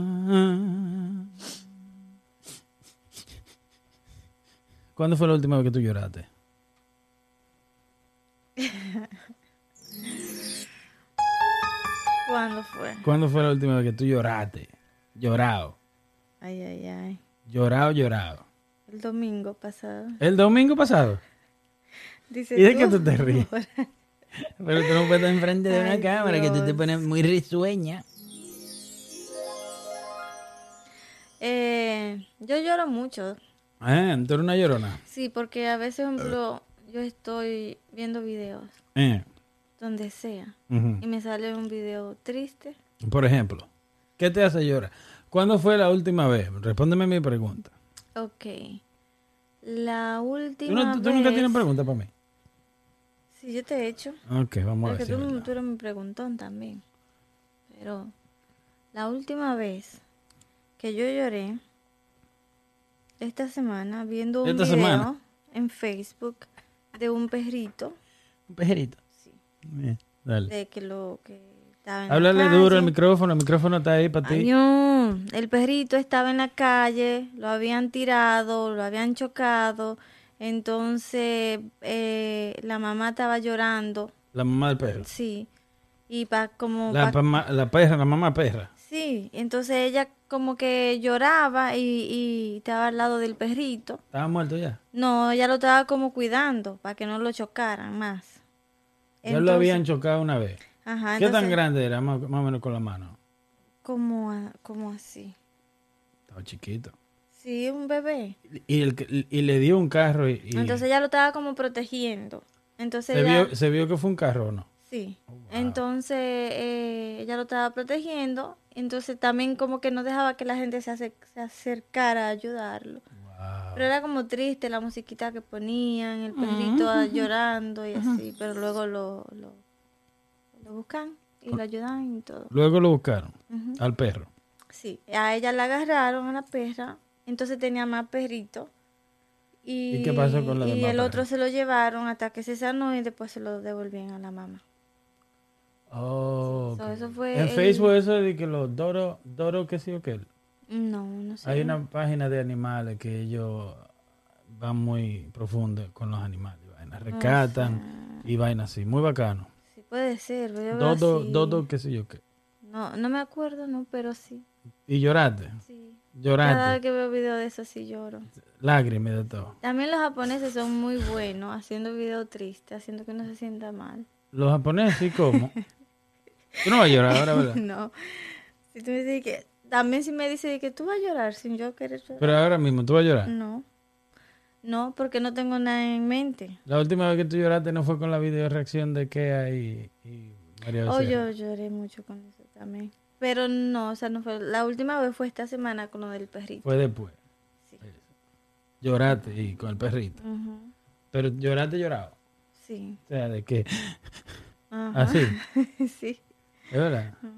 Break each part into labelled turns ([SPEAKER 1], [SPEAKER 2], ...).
[SPEAKER 1] Ah. ¿Cuándo fue la última vez que tú lloraste?
[SPEAKER 2] ¿Cuándo fue?
[SPEAKER 1] ¿Cuándo fue la última vez que tú lloraste? Llorado,
[SPEAKER 2] Ay, ay, ay.
[SPEAKER 1] llorado, llorado.
[SPEAKER 2] El domingo pasado.
[SPEAKER 1] ¿El domingo pasado?
[SPEAKER 2] Dice,
[SPEAKER 1] ¿Y de qué tú te ríes?
[SPEAKER 2] lloras.
[SPEAKER 1] Pero tú no puedes estar enfrente de una
[SPEAKER 2] Ay,
[SPEAKER 1] cámara que tú te
[SPEAKER 2] Dios.
[SPEAKER 1] pones muy risueña.
[SPEAKER 2] Eh, yo lloro mucho.
[SPEAKER 1] Ah, tú eres una llorona.
[SPEAKER 2] Sí, porque a veces, por ejemplo, yo estoy viendo videos
[SPEAKER 1] Eh,
[SPEAKER 2] donde sea
[SPEAKER 1] ujú.
[SPEAKER 2] y me sale un video triste.
[SPEAKER 1] Por ejemplo, ¿qué te hace llorar? ¿Cuándo fue la última vez? Respóndeme mi pregunta.
[SPEAKER 2] Ok. La
[SPEAKER 1] ¿Tú,
[SPEAKER 2] última
[SPEAKER 1] no- tú nunca
[SPEAKER 2] vez-
[SPEAKER 1] tienes pregunta para mí?
[SPEAKER 2] Sí, yo te he hecho.
[SPEAKER 1] Ok, vamos a ver.
[SPEAKER 2] Porque
[SPEAKER 1] si es
[SPEAKER 2] tú,
[SPEAKER 1] verdad.
[SPEAKER 2] tú eres mi preguntón también. Pero la última vez que yo lloré, esta semana, viendo un
[SPEAKER 1] Esta
[SPEAKER 2] video
[SPEAKER 1] semana.
[SPEAKER 2] en Facebook de un perrito
[SPEAKER 1] Un pejerito. Bien, dale.
[SPEAKER 2] de que lo que estaba en la
[SPEAKER 1] Háblale duro al
[SPEAKER 2] calle.
[SPEAKER 1] micrófono, el micrófono está ahí para ti.
[SPEAKER 2] Año, el perrito estaba en la calle, lo habían tirado, lo habían chocado, entonces eh, la mamá estaba llorando,
[SPEAKER 1] La mamá del perro.
[SPEAKER 2] sí, y pa, como
[SPEAKER 1] La,
[SPEAKER 2] pa-
[SPEAKER 1] pama- la perra, la mamá perra.
[SPEAKER 2] sí, entonces ella como que lloraba y, y estaba al lado del perrito,
[SPEAKER 1] Estaba muerto ya.
[SPEAKER 2] no, ella lo estaba como cuidando para que no lo chocaran más.
[SPEAKER 1] Ya lo habían chocado una vez.
[SPEAKER 2] ajá,
[SPEAKER 1] ¿Qué tan
[SPEAKER 2] entonces,
[SPEAKER 1] grande era? Más, más o menos con la mano.
[SPEAKER 2] Como, a- como así,
[SPEAKER 1] Estaba chiquito.
[SPEAKER 2] sí, un bebé.
[SPEAKER 1] Y, el que- y le dio un carro y, y
[SPEAKER 2] Entonces ella lo estaba como protegiendo. Entonces
[SPEAKER 1] se,
[SPEAKER 2] ella-
[SPEAKER 1] vio, Oh, se vio que fue un carro o no.
[SPEAKER 2] sí. Entonces eh, ella lo estaba protegiendo. Entonces también como que no dejaba que la gente se, ace- se acercara a ayudarlo.
[SPEAKER 1] Wow.
[SPEAKER 2] Pero era como triste la musiquita que ponían, el perrito ah, llorando y así. Pero luego lo, lo, lo buscan y lo ayudan y todo.
[SPEAKER 1] Luego lo buscaron
[SPEAKER 2] Ujú.
[SPEAKER 1] al perro.
[SPEAKER 2] Sí, a ella la agarraron a la perra, entonces tenía más perrito. Y,
[SPEAKER 1] ¿Y qué pasó con la
[SPEAKER 2] y
[SPEAKER 1] demás
[SPEAKER 2] el
[SPEAKER 1] perra?
[SPEAKER 2] otro se lo llevaron hasta que se sanó y después se lo devolvían a la mamá.
[SPEAKER 1] Oh,
[SPEAKER 2] So,
[SPEAKER 1] ok.
[SPEAKER 2] eso fue
[SPEAKER 1] en
[SPEAKER 2] el-
[SPEAKER 1] Facebook eso de que los Doro, Doro, qué sé yo qué.
[SPEAKER 2] No, no sé.
[SPEAKER 1] Hay una página de animales que ellos van muy profundo con los animales. y
[SPEAKER 2] Ah,
[SPEAKER 1] vainas. Rescatan y vainas así. Muy bacano.
[SPEAKER 2] Sí, puede ser, pero yo veo
[SPEAKER 1] Dodo,
[SPEAKER 2] así.
[SPEAKER 1] Dodo, qué sé yo qué.
[SPEAKER 2] No, no me acuerdo, no, pero sí.
[SPEAKER 1] Y lloraste,
[SPEAKER 2] sí. Cada vez
[SPEAKER 1] lloraste,
[SPEAKER 2] que veo video de eso sí lloro.
[SPEAKER 1] lágrimas de todo.
[SPEAKER 2] También los japoneses son muy buenos haciendo video triste, haciendo que uno se sienta mal.
[SPEAKER 1] Los japoneses, ¿y cómo? Tú no vas a llorar ahora, ¿verdad?
[SPEAKER 2] No. Si tú me dices que también si me dices que tú vas a llorar sin yo querer llorar.
[SPEAKER 1] Pero ahora mismo tú vas a llorar.
[SPEAKER 2] No, no, porque no tengo nada en mente.
[SPEAKER 1] La última vez que tú lloraste no fue con la video reacción de Kea y, y María
[SPEAKER 2] Oh,
[SPEAKER 1] Becerra.
[SPEAKER 2] yo lloré mucho con eso también. Pero no, o sea, no fue. La última vez fue esta semana con lo del perrito.
[SPEAKER 1] Fue después.
[SPEAKER 2] Sí.
[SPEAKER 1] Lloraste y con el perrito.
[SPEAKER 2] Ujú,
[SPEAKER 1] Pero lloraste llorado.
[SPEAKER 2] Sí.
[SPEAKER 1] O sea, de que
[SPEAKER 2] Ajá.
[SPEAKER 1] así,
[SPEAKER 2] Sí.
[SPEAKER 1] ¿es verdad?
[SPEAKER 2] Ujú.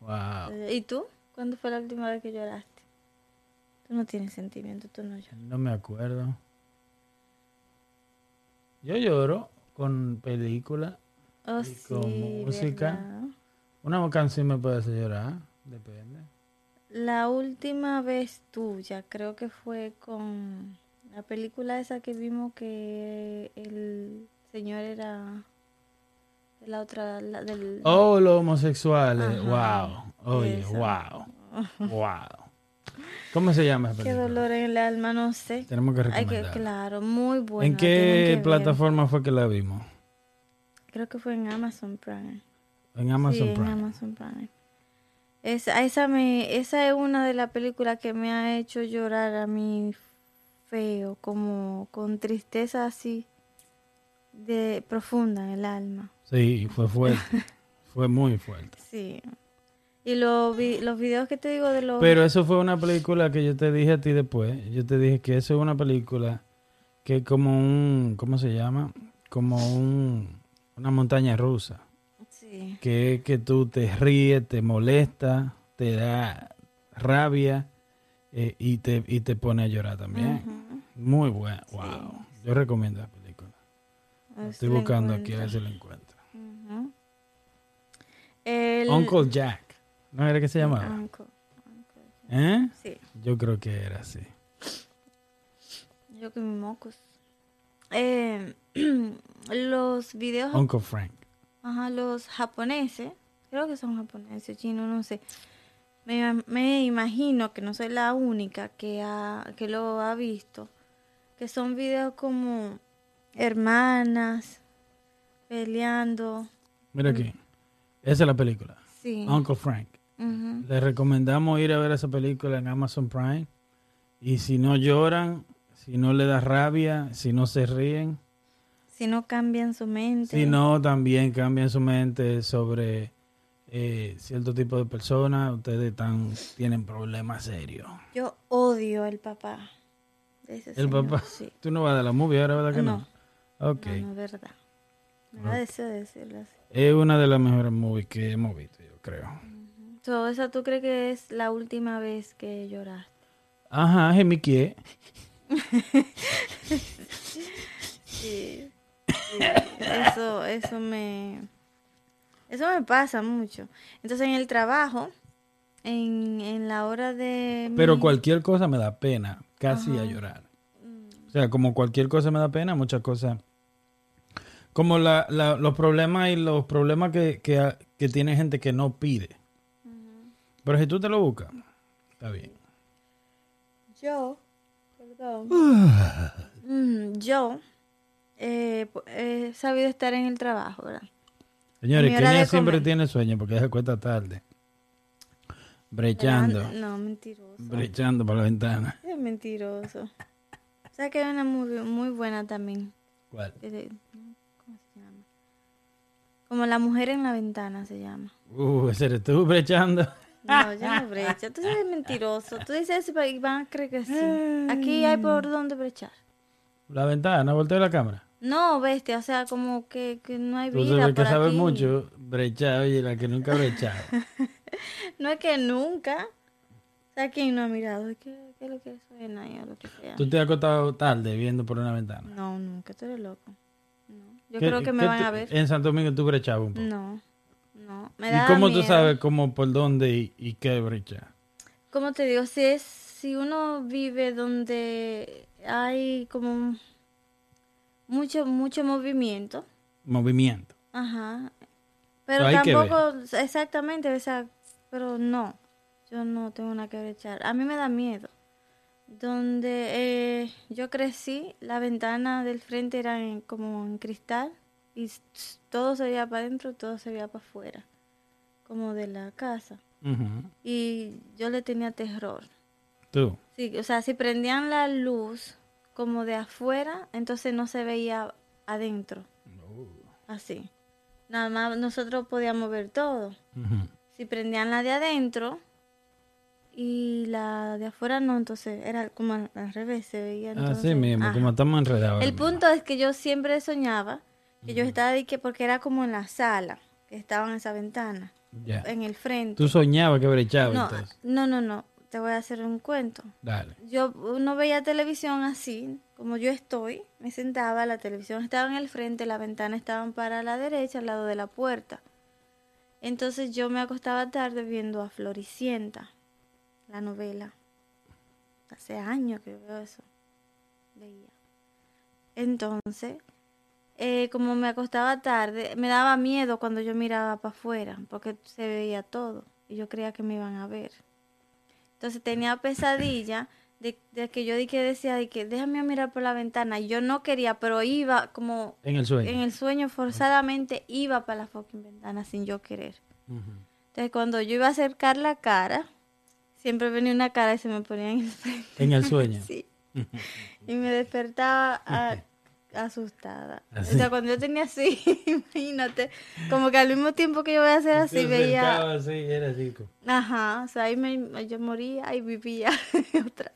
[SPEAKER 1] Wow.
[SPEAKER 2] ¿Y tú? ¿Cuándo fue la última vez que lloraste? Tú no tienes sentimiento, tú no lloras.
[SPEAKER 1] No me acuerdo. Yo lloro con película.
[SPEAKER 2] Oh,
[SPEAKER 1] Y con
[SPEAKER 2] sí,
[SPEAKER 1] música.
[SPEAKER 2] ¿verdad?
[SPEAKER 1] Una canción me puede hacer llorar, depende.
[SPEAKER 2] La última vez tuya, creo que fue con la película esa que vimos que el señor era de la otra, la del...
[SPEAKER 1] Oh, los homosexuales.
[SPEAKER 2] Ajá,
[SPEAKER 1] Wow. Oye,
[SPEAKER 2] eso.
[SPEAKER 1] wow. Wow. ¿Cómo se llama esa
[SPEAKER 2] Qué
[SPEAKER 1] película?
[SPEAKER 2] dolor en el alma, no sé.
[SPEAKER 1] Tenemos que
[SPEAKER 2] Ay, que,
[SPEAKER 1] recomendarla.
[SPEAKER 2] claro, muy buena.
[SPEAKER 1] ¿En
[SPEAKER 2] la tienen que
[SPEAKER 1] qué
[SPEAKER 2] ver.
[SPEAKER 1] plataforma fue que la vimos?
[SPEAKER 2] Creo que fue en Amazon Prime.
[SPEAKER 1] En Amazon
[SPEAKER 2] sí,
[SPEAKER 1] Prime.
[SPEAKER 2] en Amazon Prime. Esa, esa, me, esa es una de las películas que me ha hecho llorar a mí feo, como con tristeza así de profunda en el alma.
[SPEAKER 1] Sí, fue fuerte. fue muy fuerte.
[SPEAKER 2] Sí. Y lo vi- los videos que te digo de los...
[SPEAKER 1] Pero eso fue una película que yo te dije a ti después. Yo te dije que eso es una película que es como un, ¿cómo se llama? Como un, una montaña rusa.
[SPEAKER 2] Sí.
[SPEAKER 1] que es que tú te ríes, te molesta, te da rabia eh, y, te, y te pone a llorar también.
[SPEAKER 2] Ujú.
[SPEAKER 1] Muy bueno, wow. Yo recomiendo la película.
[SPEAKER 2] A ver si
[SPEAKER 1] Estoy
[SPEAKER 2] la
[SPEAKER 1] buscando aquí a ver si
[SPEAKER 2] encuentro.
[SPEAKER 1] la encuentro.
[SPEAKER 2] Ujú. El- Ah.
[SPEAKER 1] Uncle Jack. ¿No era que se llamaba?
[SPEAKER 2] Anchor, Anchor,
[SPEAKER 1] ¿Eh?
[SPEAKER 2] Sí,
[SPEAKER 1] Yo creo que era así.
[SPEAKER 2] yo que mis mocos. Eh, los videos,
[SPEAKER 1] Uncle Frank.
[SPEAKER 2] ajá, los japoneses, creo que son japoneses, chinos, no sé. Me, me imagino que no soy la única que, ha, que lo ha visto. Que son videos como hermanas peleando.
[SPEAKER 1] Mira aquí. Esa es la película.
[SPEAKER 2] Sí.
[SPEAKER 1] Uncle Frank.
[SPEAKER 2] ujú.
[SPEAKER 1] Les recomendamos ir a ver esa película en Amazon Prime. Y si no lloran, si no le da rabia, si no se ríen,
[SPEAKER 2] Si no cambian su mente.
[SPEAKER 1] si no también cambian su mente sobre eh, cierto tipo de personas, ustedes están, tienen problemas serios.
[SPEAKER 2] Yo odio el papá. de ese
[SPEAKER 1] El
[SPEAKER 2] señor,
[SPEAKER 1] papá,
[SPEAKER 2] Sí.
[SPEAKER 1] tú no vas a la movie ahora, ¿verdad que no? Ok.
[SPEAKER 2] No, no, verdad. Me da deseo decirlo así.
[SPEAKER 1] Es una de las mejores movies que hemos visto, yo creo.
[SPEAKER 2] So, esa tú crees que es la última vez que lloraste.
[SPEAKER 1] Ajá, Gemiquie.
[SPEAKER 2] Sí. sí, Eso, eso me. Eso me pasa mucho. Entonces, en el trabajo, en, en la hora de.
[SPEAKER 1] Pero
[SPEAKER 2] mi-
[SPEAKER 1] cualquier cosa me da pena, casi a llorar.
[SPEAKER 2] Mm.
[SPEAKER 1] O sea, como cualquier cosa me da pena, muchas cosas. Como la- la- los problemas y los problemas que, que- que tiene gente que no pide. Pero si tú te lo buscas, está bien.
[SPEAKER 2] Yo, perdón. Mm, yo eh, po- he sabido estar en el trabajo, ¿verdad?
[SPEAKER 1] Señores,
[SPEAKER 2] Mi hora
[SPEAKER 1] Kenia
[SPEAKER 2] de
[SPEAKER 1] siempre
[SPEAKER 2] comer.
[SPEAKER 1] tiene sueño porque se cuesta tarde. Brechando,
[SPEAKER 2] Gran- No, mentiroso.
[SPEAKER 1] brechando por la ventana.
[SPEAKER 2] Es mentiroso. O sea que hay una muy, muy buena también.
[SPEAKER 1] ¿Cuál?
[SPEAKER 2] que de- ¿Cómo se llama? Como La Mujer en la Ventana se llama.
[SPEAKER 1] Uh, ese eres tú brechando.
[SPEAKER 2] No, ya no brecha. Tú eres mentiroso. Tú dices eso y van a creer que sí. Aquí hay por dónde brechar.
[SPEAKER 1] La ventana, voltea la cámara.
[SPEAKER 2] No, bestia, o sea, como que, que no hay
[SPEAKER 1] Tú sabes
[SPEAKER 2] vida
[SPEAKER 1] que
[SPEAKER 2] por
[SPEAKER 1] sabe
[SPEAKER 2] aquí.
[SPEAKER 1] mucho brechar, oye, la que nunca ha brechado.
[SPEAKER 2] No es que nunca. O sea, ¿quién no ha mirado? ¿Qué, qué es lo que suena ahí o lo que sea?
[SPEAKER 1] Tú te has acostado tarde viendo por una ventana.
[SPEAKER 2] No, nunca, tú eres loco. No. Yo
[SPEAKER 1] ¿Qué-
[SPEAKER 2] creo que me
[SPEAKER 1] qué
[SPEAKER 2] van
[SPEAKER 1] tú-
[SPEAKER 2] a ver.
[SPEAKER 1] En Santo Domingo tú brechabas un poco.
[SPEAKER 2] No, no. Me
[SPEAKER 1] ¿Y
[SPEAKER 2] da
[SPEAKER 1] cómo tú
[SPEAKER 2] miedo.
[SPEAKER 1] sabes cómo, por dónde y, y qué brecha?
[SPEAKER 2] Como te digo, si es, si uno vive donde hay como mucho, mucho movimiento,
[SPEAKER 1] Movimiento.
[SPEAKER 2] ajá. Pero
[SPEAKER 1] hay que ver.
[SPEAKER 2] tampoco, exactamente, o sea, pero no, yo no tengo nada que echar. A mí me da miedo. Donde eh, yo crecí, la ventana del frente era en- como en cristal y s- todo se veía para adentro, todo se veía para afuera, como de la casa.
[SPEAKER 1] Ujú.
[SPEAKER 2] Y yo le tenía terror.
[SPEAKER 1] Tú.
[SPEAKER 2] Sí, o sea, si prendían la luz como de afuera, entonces no se veía adentro, así. Nada más nosotros podíamos ver todo.
[SPEAKER 1] Ujú.
[SPEAKER 2] Si prendían la de adentro y la de afuera no, entonces era como al, al revés, se veía.
[SPEAKER 1] Así
[SPEAKER 2] entonces-
[SPEAKER 1] Ah, mismo,
[SPEAKER 2] Ajá.
[SPEAKER 1] como estamos enredados. ahora
[SPEAKER 2] El
[SPEAKER 1] mismo.
[SPEAKER 2] punto es que yo siempre soñaba que yo estaba de que porque era como en la sala, que estaban esa ventana,
[SPEAKER 1] Ya.
[SPEAKER 2] en el frente.
[SPEAKER 1] Tú soñabas que brechabas
[SPEAKER 2] No, ah,
[SPEAKER 1] entonces.
[SPEAKER 2] no, no, no, te voy a hacer un cuento.
[SPEAKER 1] Dale.
[SPEAKER 2] yo uh, no veía televisión así, como yo estoy, me sentaba, la televisión estaba en el frente, la ventana estaban para la derecha, al lado de la puerta. Entonces yo me acostaba tarde viendo a Floricienta, la novela. Hace años que veo eso. Veía. Entonces, eh, como me acostaba tarde, me daba miedo cuando yo miraba para afuera, porque se veía todo y yo creía que me iban a ver. Entonces tenía pesadilla de, de que yo di que decía, de que déjame mirar por la ventana. Y yo no quería, pero iba como
[SPEAKER 1] En el sueño.
[SPEAKER 2] en el sueño forzadamente iba para la fucking ventana sin yo querer.
[SPEAKER 1] Ujú.
[SPEAKER 2] Entonces cuando yo iba a acercar la cara, siempre venía una cara y se me ponía en el frente.
[SPEAKER 1] En el sueño.
[SPEAKER 2] Sí. Y me despertaba a- asustada.
[SPEAKER 1] Así.
[SPEAKER 2] O sea, cuando yo tenía así, imagínate, como que al mismo tiempo que yo voy a hacer así,
[SPEAKER 1] Tú
[SPEAKER 2] veía...
[SPEAKER 1] acercabas así, era así, co-
[SPEAKER 2] Ajá, o sea, ahí me, yo moría y vivía otra.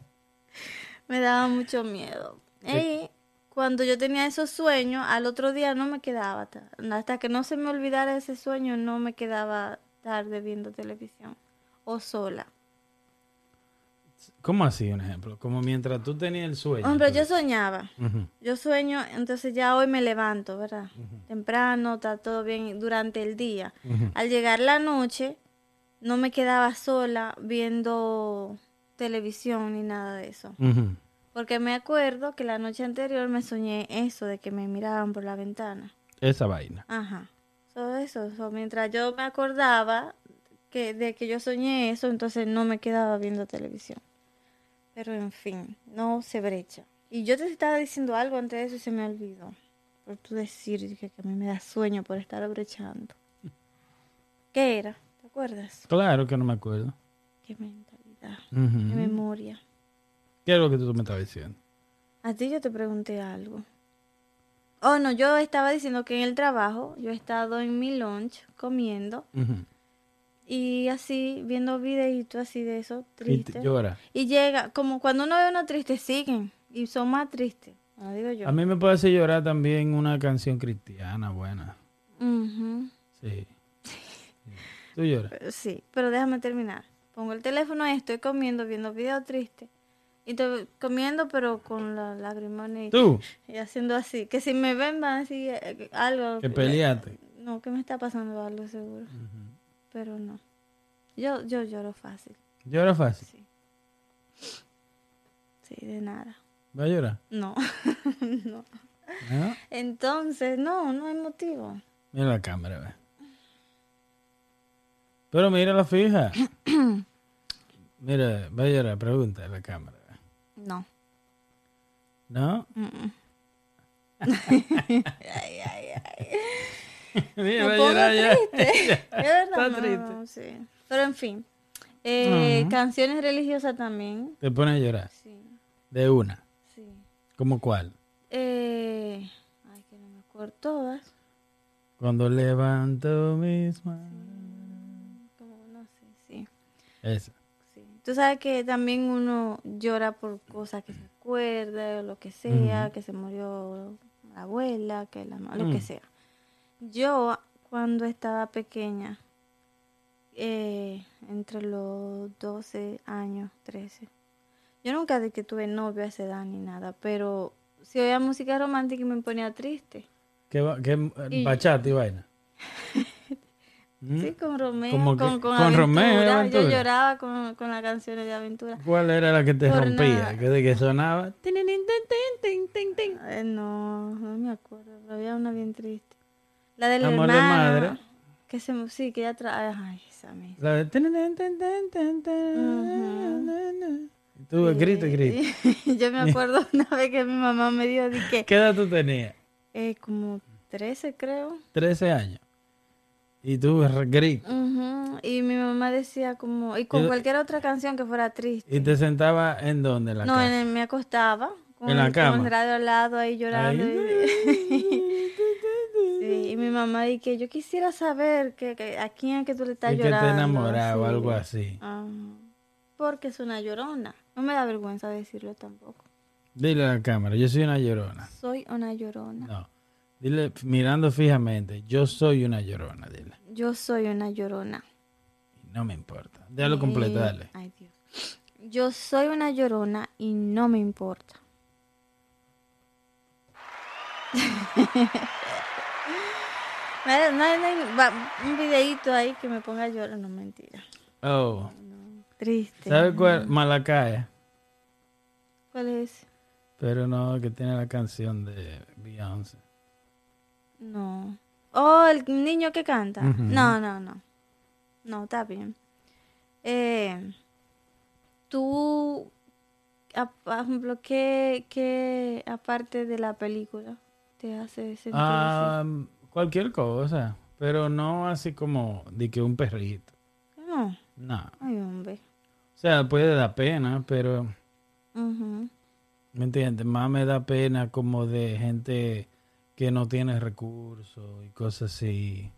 [SPEAKER 2] Me daba mucho miedo. Y cuando yo tenía esos sueños, al otro día no me quedaba. ta- Hasta que no se me olvidara ese sueño, no me quedaba tarde viendo televisión o sola.
[SPEAKER 1] ¿Cómo así, un ejemplo? Como mientras tú tenías el sueño.
[SPEAKER 2] Hombre,
[SPEAKER 1] tú-
[SPEAKER 2] yo soñaba.
[SPEAKER 1] Ujú.
[SPEAKER 2] Yo sueño, entonces ya hoy me levanto, ¿verdad? Temprano, está todo bien durante el día. Al llegar la noche, no me quedaba sola viendo televisión ni nada de eso.
[SPEAKER 1] Ujú.
[SPEAKER 2] Porque me acuerdo que la noche anterior me soñé eso de que me miraban por la ventana.
[SPEAKER 1] Esa vaina.
[SPEAKER 2] Ajá. Todo eso. So, mientras yo me acordaba que, de que yo soñé eso, entonces no me quedaba viendo televisión. Pero en fin, no se brecha. Y yo te estaba diciendo algo antes de eso y se me olvidó. Por tú decir que, que a mí me da sueño por estar brechando. ¿Qué era? ¿Te acuerdas?
[SPEAKER 1] Claro que no me acuerdo.
[SPEAKER 2] Qué mentalidad,
[SPEAKER 1] Ujú.
[SPEAKER 2] qué memoria.
[SPEAKER 1] ¿Qué es lo que tú me estabas diciendo?
[SPEAKER 2] A ti yo te pregunté algo. Oh, no, yo estaba diciendo que en el trabajo yo he estado en mi lunch comiendo
[SPEAKER 1] Ujú.
[SPEAKER 2] y así viendo videitos así de eso,
[SPEAKER 1] Y te-
[SPEAKER 2] triste.
[SPEAKER 1] llora.
[SPEAKER 2] Y llega, como cuando uno ve uno triste, siguen y son más tristes. Lo digo yo.
[SPEAKER 1] A mí me puede hacer llorar también una canción cristiana buena.
[SPEAKER 2] Ujú.
[SPEAKER 1] Sí. Tú lloras.
[SPEAKER 2] Pero Sí, pero déjame terminar. Pongo el teléfono ahí, estoy comiendo, viendo videos tristes. Y estoy comiendo, pero con la lagrimones y,
[SPEAKER 1] Tú,
[SPEAKER 2] y haciendo así. Que si me ven, van a decir eh, algo.
[SPEAKER 1] que peleaste.
[SPEAKER 2] No, que me está pasando algo seguro. Pero no. Yo, yo lloro fácil.
[SPEAKER 1] Llora fácil.
[SPEAKER 2] Sí. Sí, de nada.
[SPEAKER 1] Va a llorar.
[SPEAKER 2] No. no.
[SPEAKER 1] ¿No?
[SPEAKER 2] Entonces, no, no hay motivo.
[SPEAKER 1] Mira la cámara, ve. Pero mira la fija. Mira, va a llorar, pregunta a la cámara. ve.
[SPEAKER 2] No. mm,
[SPEAKER 1] ¿No?
[SPEAKER 2] Mm-mm. ay, ay, ay.
[SPEAKER 1] Mira,
[SPEAKER 2] Me
[SPEAKER 1] va a
[SPEAKER 2] pongo
[SPEAKER 1] llorar ya.
[SPEAKER 2] triste. Es verdad,
[SPEAKER 1] Está
[SPEAKER 2] no,
[SPEAKER 1] triste.
[SPEAKER 2] no, sí. Pero en fin. Eh, Canciones religiosas también.
[SPEAKER 1] Te pone a llorar.
[SPEAKER 2] Sí,
[SPEAKER 1] De una.
[SPEAKER 2] sí.
[SPEAKER 1] ¿Cómo cuál?
[SPEAKER 2] Eh, ay, que no me acuerdo todas.
[SPEAKER 1] Cuando levanto mis manos.
[SPEAKER 2] Como no sé, sí.
[SPEAKER 1] Esa.
[SPEAKER 2] Sí. Tú sabes que también uno llora por cosas que se acuerda, o lo que sea, que se murió la abuela, que la ma- lo que
[SPEAKER 1] Mm.
[SPEAKER 2] sea. Yo, cuando estaba pequeña, eh, entre los 12 años, 13, yo nunca de que tuve novio a esa edad ni nada, pero si oía música romántica y me ponía triste.
[SPEAKER 1] ¿Qué, va- qué
[SPEAKER 2] Y-
[SPEAKER 1] bachata y vaina? ¿Mm?
[SPEAKER 2] Sí, con Romeo,
[SPEAKER 1] Como
[SPEAKER 2] con,
[SPEAKER 1] que-
[SPEAKER 2] con,
[SPEAKER 1] con Romeo y
[SPEAKER 2] Aventura. Yo
[SPEAKER 1] Aventura.
[SPEAKER 2] lloraba con, con las canciones de Aventura.
[SPEAKER 1] ¿Cuál era la que te
[SPEAKER 2] Por
[SPEAKER 1] rompía?
[SPEAKER 2] nada.
[SPEAKER 1] ¿Que, de que sonaba?
[SPEAKER 2] Eh, no, no me acuerdo, pero había una bien triste. La del
[SPEAKER 1] Amor de
[SPEAKER 2] hermano.
[SPEAKER 1] madre.
[SPEAKER 2] Que se mu- sí, que ella trae. Ay, esa misma.
[SPEAKER 1] La de... tin, tin, tin, tin, tin, tin. Tú,
[SPEAKER 2] Sí.
[SPEAKER 1] grito, y grito.
[SPEAKER 2] Yo me acuerdo una vez que mi mamá me dio de que
[SPEAKER 1] ¿Qué edad tú tenías?
[SPEAKER 2] eh, como 13 creo.
[SPEAKER 1] 13 años. Y tú, re- grito.
[SPEAKER 2] Ujú, Y mi mamá decía como, y con
[SPEAKER 1] Yo-
[SPEAKER 2] cualquier otra canción que fuera triste.
[SPEAKER 1] ¿Y te sentabas en dónde? En la
[SPEAKER 2] No, en
[SPEAKER 1] casa?
[SPEAKER 2] el- me acostaba con,
[SPEAKER 1] En la
[SPEAKER 2] el- con
[SPEAKER 1] cama.
[SPEAKER 2] el radio al lado ahí
[SPEAKER 1] Ahí.
[SPEAKER 2] llorando. y- Sí, y mi mamá dice que yo quisiera saber que, que a quién es que tú le estás
[SPEAKER 1] Y que
[SPEAKER 2] llorando.
[SPEAKER 1] te enamoraba o
[SPEAKER 2] sí.
[SPEAKER 1] algo así.
[SPEAKER 2] Ajá. porque es una llorona. No me da vergüenza decirlo tampoco.
[SPEAKER 1] Dile a la cámara, yo soy una llorona.
[SPEAKER 2] Soy una llorona.
[SPEAKER 1] No. Dile, mirando fijamente, yo soy una llorona, dile.
[SPEAKER 2] Yo soy una llorona.
[SPEAKER 1] No me importa. Déjalo completo,
[SPEAKER 2] Eh,
[SPEAKER 1] dale.
[SPEAKER 2] Ay, Dios. Yo soy una llorona y no me importa. No, no, no, va- un videíto ahí que me ponga a llorar, no mentira.
[SPEAKER 1] Oh,
[SPEAKER 2] Triste.
[SPEAKER 1] ¿sabes cuál? Malacaya.
[SPEAKER 2] ¿Cuál es?
[SPEAKER 1] Pero no, que tiene la canción de Beyoncé.
[SPEAKER 2] No. Oh, el niño que canta.
[SPEAKER 1] Ujú.
[SPEAKER 2] No, no, no. No, está bien. Eh, tú, a- por ejemplo, ¿qué, qué aparte de la película te hace sentir así?
[SPEAKER 1] Ah, cualquier cosa, pero no así como de que un perrito.
[SPEAKER 2] No,
[SPEAKER 1] No. O
[SPEAKER 2] ay, hombre.
[SPEAKER 1] sea, puede dar pena, pero
[SPEAKER 2] Ujú.
[SPEAKER 1] ¿Me entiendes? Más me da pena como de gente que no tiene recursos y cosas así.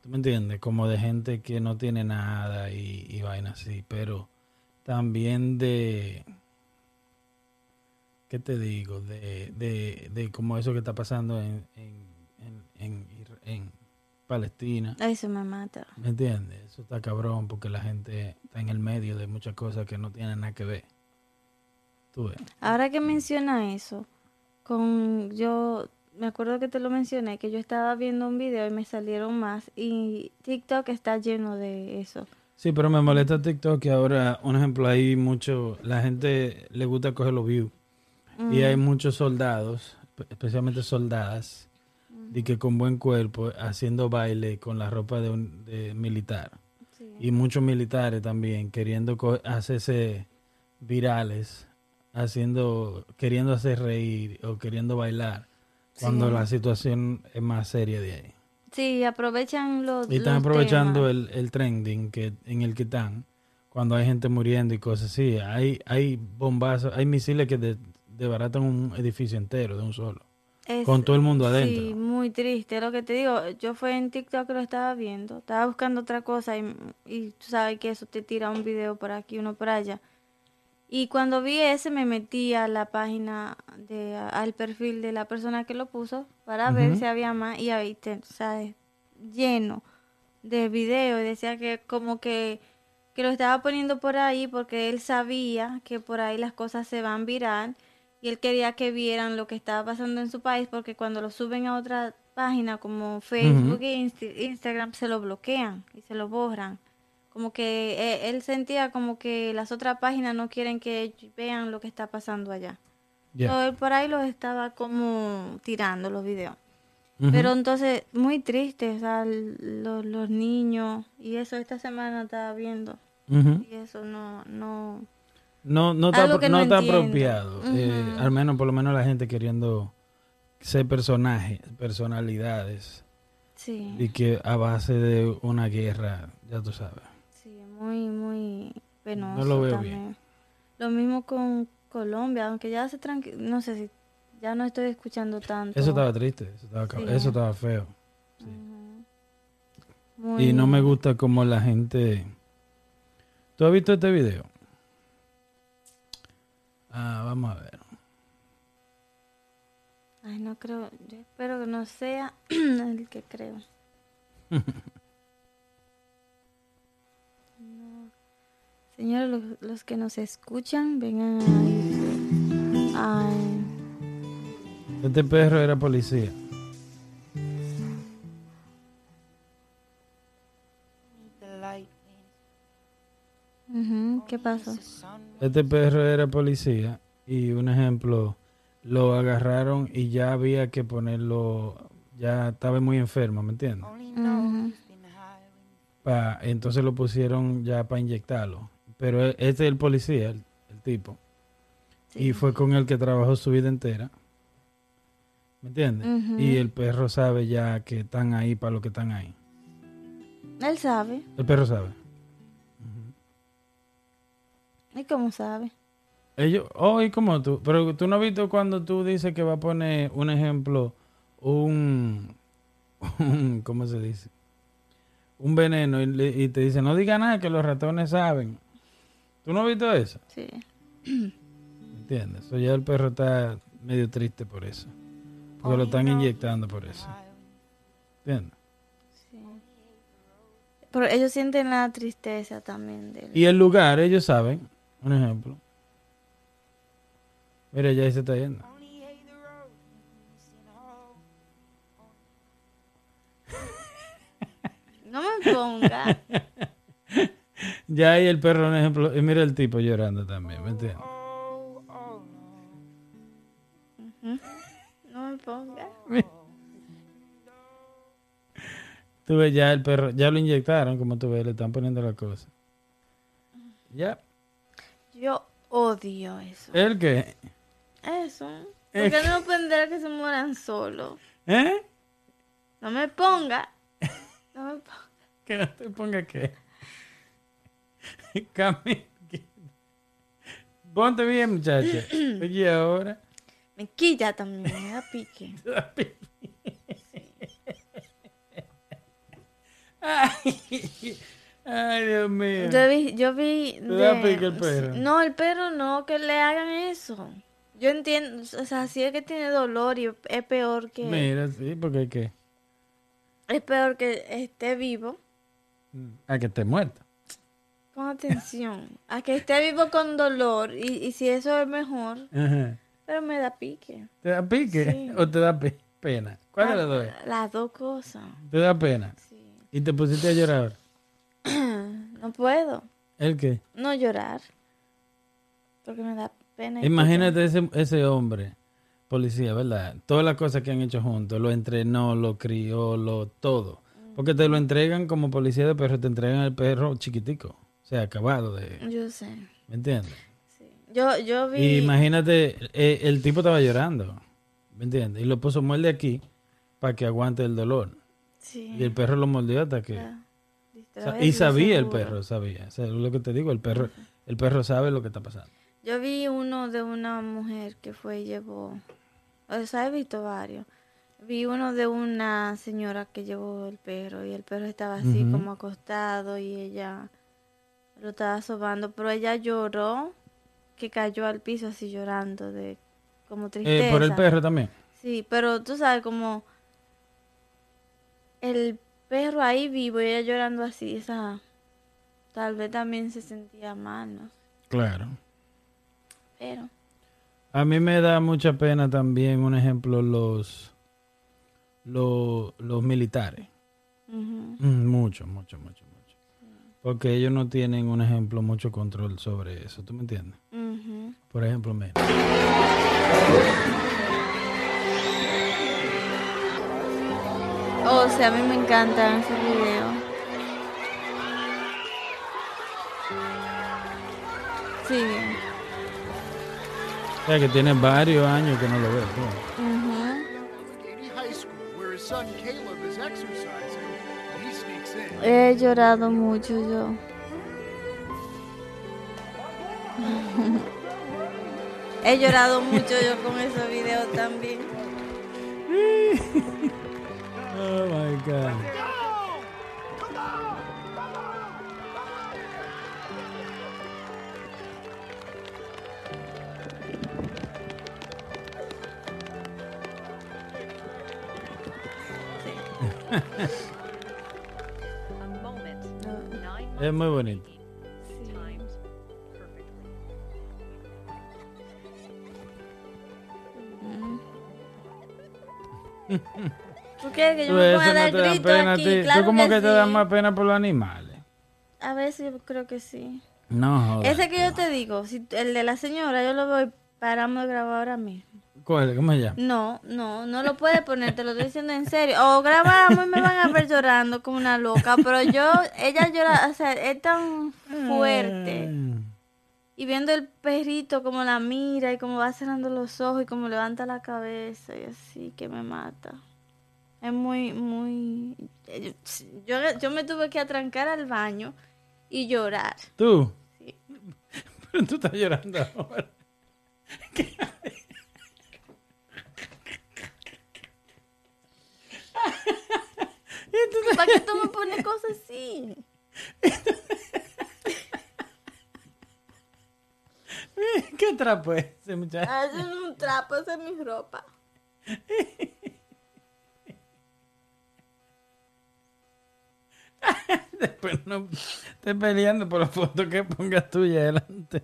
[SPEAKER 1] ¿Tú me entiendes? Como de gente que no tiene nada y, y vaina así. Pero también de... ¿Qué te digo? De, de, de como eso que está pasando en, en, en, en Ir- en Palestina.
[SPEAKER 2] Eso me mata.
[SPEAKER 1] ¿Me entiendes? Eso está cabrón porque la gente está en el medio de muchas cosas que no tienen nada que ver. ¿Tú ves?
[SPEAKER 2] Ahora que menciona eso, con yo me acuerdo que te lo mencioné, que yo estaba viendo un video y me salieron más y TikTok está lleno de eso.
[SPEAKER 1] Sí, pero me molesta TikTok que ahora, un ejemplo, hay mucho, la gente le gusta coger los views.
[SPEAKER 2] Mm.
[SPEAKER 1] Y hay muchos soldados, especialmente soldadas, de que con buen cuerpo, haciendo baile con la ropa de, un, de militar.
[SPEAKER 2] Sí.
[SPEAKER 1] Y muchos militares también queriendo co- hacerse virales, haciendo, queriendo hacer reír o queriendo bailar, cuando
[SPEAKER 2] Sí.
[SPEAKER 1] la situación es más seria de ahí.
[SPEAKER 2] Sí, aprovechan los.
[SPEAKER 1] Y están
[SPEAKER 2] los
[SPEAKER 1] aprovechando
[SPEAKER 2] temas.
[SPEAKER 1] el, el trending que, en el que están, cuando hay gente muriendo y cosas así. Hay, hay bombazos, hay misiles que de- desbaratan un edificio entero de un solo,
[SPEAKER 2] Es-
[SPEAKER 1] con todo el mundo adentro.
[SPEAKER 2] Sí, muy triste. Lo que te digo, yo fue en TikTok que lo estaba viendo. Estaba buscando otra cosa y, y tú sabes que eso te tira un video por aquí, uno por allá. Y cuando vi ese, me metí a la página, de, a- al perfil de la persona que lo puso para ver
[SPEAKER 1] Ujú.
[SPEAKER 2] si había más. Y ahí, te, ¿sabes? Lleno de videos. Y decía que como que, que lo estaba poniendo por ahí porque él sabía que por ahí las cosas se van viral. Y él quería que vieran lo que estaba pasando en su país porque cuando lo suben a otra página como Facebook e Insti- Instagram se lo bloquean y se lo borran. Como que eh, él sentía como que las otras páginas no quieren que vean lo que está pasando allá.
[SPEAKER 1] Ya.
[SPEAKER 2] So, él por ahí los estaba como tirando los videos.
[SPEAKER 1] Ujú.
[SPEAKER 2] Pero entonces, muy triste, o sea, l- los, los niños y eso, esta semana estaba viendo.
[SPEAKER 1] Ujú.
[SPEAKER 2] Y eso no, no.
[SPEAKER 1] No, no está,
[SPEAKER 2] Algo
[SPEAKER 1] apro-
[SPEAKER 2] que
[SPEAKER 1] no
[SPEAKER 2] no
[SPEAKER 1] está
[SPEAKER 2] entiendo.
[SPEAKER 1] apropiado. eh,
[SPEAKER 2] Ujú.
[SPEAKER 1] al menos, por lo menos la gente queriendo ser personajes, personalidades.
[SPEAKER 2] Sí,
[SPEAKER 1] Y que a base de una guerra, ya tú sabes.
[SPEAKER 2] sí, muy, muy penoso
[SPEAKER 1] lo veo
[SPEAKER 2] también. Lo mismo con Colombia, aunque ya se tranqui... No sé si ya no estoy escuchando tanto.
[SPEAKER 1] Eso estaba triste, eso estaba, ca-
[SPEAKER 2] Sí.
[SPEAKER 1] eso estaba feo.
[SPEAKER 2] Ujú.
[SPEAKER 1] Y no me
[SPEAKER 2] Muy-
[SPEAKER 1] gusta como la gente... ¿Tú has visto este video? Ah, vamos a ver.
[SPEAKER 2] Ay, no creo, yo espero que no sea el que creo. No. Señores, lo- los, que nos escuchan, vengan a... Ay,
[SPEAKER 1] Este perro era policía.
[SPEAKER 3] The light
[SPEAKER 2] ujú, ¿qué pasó?
[SPEAKER 1] Este perro era policía y un ejemplo, lo agarraron y ya había que ponerlo, ya estaba muy enfermo, ¿me entiendes?
[SPEAKER 3] only knows been high when
[SPEAKER 1] Pa- entonces lo pusieron ya para inyectarlo. Pero e- este es el policía, el, el tipo. Y fue con el que trabajó su vida entera. ¿Me entiendes?
[SPEAKER 2] Ujú.
[SPEAKER 1] Y el perro sabe ya que están ahí para lo que están ahí.
[SPEAKER 2] Él sabe,
[SPEAKER 1] El perro sabe.
[SPEAKER 2] ¿y cómo sabe?
[SPEAKER 1] Ellos, oh, ¿y cómo tú? Pero tú no has visto cuando tú dices que va a poner un ejemplo, un, un- ¿cómo se dice? Un veneno y, le- y te dice, no diga nada que los ratones saben. ¿Tú no has visto eso?
[SPEAKER 2] Sí.
[SPEAKER 1] ¿Entiendes? So, ya el perro está medio triste por eso. Porque lo
[SPEAKER 3] Only
[SPEAKER 1] están
[SPEAKER 3] knows
[SPEAKER 1] inyectando por eso.
[SPEAKER 3] high when
[SPEAKER 1] ¿Entiendes?
[SPEAKER 2] Sí. Pero ellos sienten la tristeza también de él.
[SPEAKER 1] Y el lugar, ellos saben. Un ejemplo. Mira, ya ahí se está yendo.
[SPEAKER 3] only hate the road missing home.
[SPEAKER 2] No me ponga.
[SPEAKER 1] Ya ahí el perro, un ejemplo. Y mira el tipo llorando también, ¿me entiendes?
[SPEAKER 3] Oh, oh no.
[SPEAKER 2] No me ponga.
[SPEAKER 1] Tú ves, ya el perro, ya lo inyectaron, como tú ves, le están poniendo la cosa. Ya.
[SPEAKER 2] Yo odio eso.
[SPEAKER 1] ¿El qué?
[SPEAKER 2] Eso.
[SPEAKER 1] Es
[SPEAKER 2] ¿Por qué no pueden dejar que se mueran solos?
[SPEAKER 1] ¿Eh?
[SPEAKER 2] No me ponga. No me ponga.
[SPEAKER 1] Que no te ponga qué. Cami. Ponte bien, muchacha. Oye, ahora.
[SPEAKER 2] Me quilla también, me da pique.
[SPEAKER 1] Ay, ay, Dios mío.
[SPEAKER 2] Yo vi, yo vi
[SPEAKER 1] Te da pique el perro.
[SPEAKER 2] No, el perro no, que le hagan eso. Yo entiendo, o sea, si es que tiene dolor y es peor que
[SPEAKER 1] Mira, sí, porque hay que.
[SPEAKER 2] es peor que esté vivo.
[SPEAKER 1] A que esté muerta.
[SPEAKER 2] Pon atención, a que esté vivo con dolor y, y si eso es mejor,
[SPEAKER 1] Ajá.
[SPEAKER 2] pero me da pique.
[SPEAKER 1] ¿Te da pique
[SPEAKER 2] Sí.
[SPEAKER 1] o te da pe- pena? ¿Cuál de
[SPEAKER 2] Ah,
[SPEAKER 1] las dos es?
[SPEAKER 2] Las dos cosas.
[SPEAKER 1] Te da pena.
[SPEAKER 2] Sí.
[SPEAKER 1] Y te pusiste a llorar.
[SPEAKER 2] No puedo.
[SPEAKER 1] ¿El qué?
[SPEAKER 2] No llorar. Porque me da pena. y
[SPEAKER 1] Imagínate ese, ese hombre, policía, ¿verdad? Todas las cosas que han hecho juntos, lo entrenó, lo crió, lo todo. Porque te lo entregan como policía de perro, te entregan el perro chiquitico, o sea, acabado de...
[SPEAKER 2] todo. Yo sé.
[SPEAKER 1] ¿Me entiendes?
[SPEAKER 2] sí. Yo, yo
[SPEAKER 1] Y
[SPEAKER 2] vi.
[SPEAKER 1] imagínate, eh, el tipo estaba llorando, ¿me entiendes? Y lo puso molde aquí para que aguante el dolor.
[SPEAKER 2] sí, Ah.
[SPEAKER 1] Y el perro lo mordió hasta que...
[SPEAKER 2] para
[SPEAKER 1] o sea,
[SPEAKER 2] distraerlo,
[SPEAKER 1] y sabía el
[SPEAKER 2] seguro.
[SPEAKER 1] perro, sabía. O sea, es lo que te digo, el perro, el perro sabe lo que está pasando.
[SPEAKER 2] Yo vi uno de una mujer que fue y llevó. O sea, he visto varios. Vi uno de una señora que llevó el perro y el perro estaba así
[SPEAKER 1] Ujú.
[SPEAKER 2] como acostado y ella lo estaba sobando, pero ella lloró que cayó al piso así llorando de como tristeza.
[SPEAKER 1] Eh, por el perro también.
[SPEAKER 2] Sí, pero tú sabes como el perro ahí vivo y ella llorando así, esa tal vez también se sentía mal, ¿no?
[SPEAKER 1] Claro.
[SPEAKER 2] Pero
[SPEAKER 1] A mí me da mucha pena también, un ejemplo, los, los, los militares.
[SPEAKER 2] ujú.
[SPEAKER 1] Mm, Mucho, mucho, mucho, mucho. Porque ellos no tienen, un ejemplo, mucho control sobre eso, ¿tú me entiendes?
[SPEAKER 2] Ujú.
[SPEAKER 1] Por ejemplo, mira.
[SPEAKER 2] O sea, Oh, a mí me encantan esos videos. Sí.
[SPEAKER 1] O sea, que tiene varios años que no lo veo. ¿no?
[SPEAKER 2] ujú.
[SPEAKER 4] at Katy High School, where his son Caleb is exercising, he sneaks in.
[SPEAKER 2] He llorado mucho yo. He llorado mucho yo con esos videos también.
[SPEAKER 1] Oh, my God.
[SPEAKER 5] A moment, nine
[SPEAKER 1] Es muy bonito.
[SPEAKER 5] months times perfectly.
[SPEAKER 2] ¿Tú quieres que yo
[SPEAKER 1] Tú,
[SPEAKER 2] me
[SPEAKER 1] Pues eso
[SPEAKER 2] ponga a
[SPEAKER 1] no
[SPEAKER 2] dar
[SPEAKER 1] te da
[SPEAKER 2] grito
[SPEAKER 1] pena a
[SPEAKER 2] aquí?
[SPEAKER 1] ti.
[SPEAKER 2] Claro
[SPEAKER 1] Tú como que, te
[SPEAKER 2] sí.
[SPEAKER 1] da más pena por los animales.
[SPEAKER 2] A veces yo creo que sí.
[SPEAKER 1] No, joder.
[SPEAKER 2] Ese que yo te digo, si el de la señora, yo lo voy, paramos de grabar ahora mismo.
[SPEAKER 1] ¿Cuál? ¿Cómo se llama?
[SPEAKER 2] No, no, no lo puedes poner, te lo estoy diciendo en serio. O grabamos y me van a ver llorando como una loca, pero yo, ella llora, o sea, es tan fuerte.
[SPEAKER 1] Mm.
[SPEAKER 2] Y viendo el perrito como la mira y como va cerrando los ojos y como levanta la cabeza y así que me mata. Es muy, muy... eh, Yo, yo me tuve que atrancar al baño y llorar.
[SPEAKER 1] ¿Tú? Pero tú estás llorando ahora.
[SPEAKER 2] ¿Para qué tú me pones cosas así?
[SPEAKER 1] eh, ¿Qué trapo es ese muchacho?
[SPEAKER 2] Ah, Eso es un trapo, esa es mi ropa.
[SPEAKER 1] Después no estés peleando por la foto que pongas tuya delante.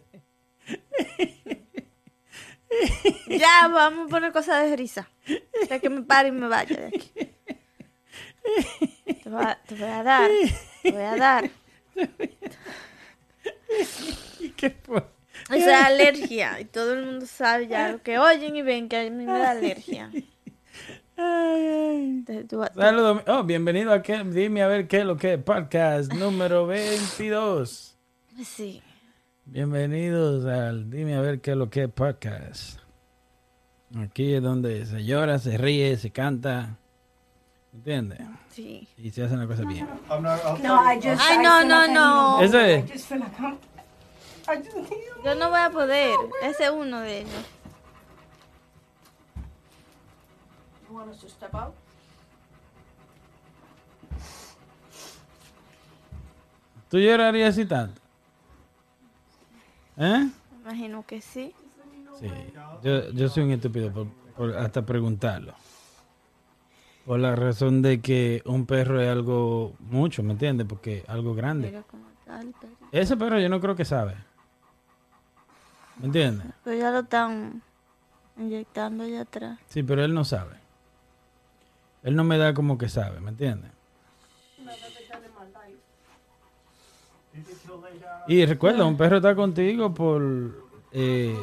[SPEAKER 2] Ya, vamos a poner cosas de risa. O sea, que me pare y me vaya de aquí. Te voy a, te voy a dar, te voy a dar.
[SPEAKER 1] ¿Y qué fue?
[SPEAKER 2] Esa es alergia. Y todo el mundo sabe ya lo que oyen y ven que a mí me da alergia.
[SPEAKER 1] Ay, ay.
[SPEAKER 2] Entonces, tú vas- tú-
[SPEAKER 1] Saludos. Oh, bienvenido a que, dime a ver qué es lo que es. Podcast número 22.
[SPEAKER 2] Sí.
[SPEAKER 1] Bienvenidos al Dime a ver qué es lo que es podcast. Aquí es donde se llora, se ríe, se canta. ¿Entiendes?
[SPEAKER 2] Sí.
[SPEAKER 1] Y se hacen las cosas bien.
[SPEAKER 6] No, I just.
[SPEAKER 2] Ay, no,
[SPEAKER 6] I feel
[SPEAKER 2] no,
[SPEAKER 6] like I
[SPEAKER 2] no.
[SPEAKER 6] need-
[SPEAKER 1] Eso
[SPEAKER 6] I
[SPEAKER 1] es.
[SPEAKER 6] just feel like I'm. I just need.
[SPEAKER 2] Yo no voy a poder. Ese es uno de ellos.
[SPEAKER 6] You want us to step out?
[SPEAKER 1] ¿Tú llorarías así tanto? ¿Eh?
[SPEAKER 2] Me Imagino que sí.
[SPEAKER 1] Sí, yo, yo soy un estúpido por, por hasta preguntarlo. Por la razón de que un perro es algo mucho, ¿me entiendes? Porque algo grande.
[SPEAKER 2] Pero como tal, pero...
[SPEAKER 1] Ese perro yo no creo que sabe. ¿Me entiendes?
[SPEAKER 2] pero ya lo están inyectando allá atrás.
[SPEAKER 1] Sí, pero él no sabe. Él no me da como que sabe, ¿me entiendes? Y recuerda, un perro está contigo por eh,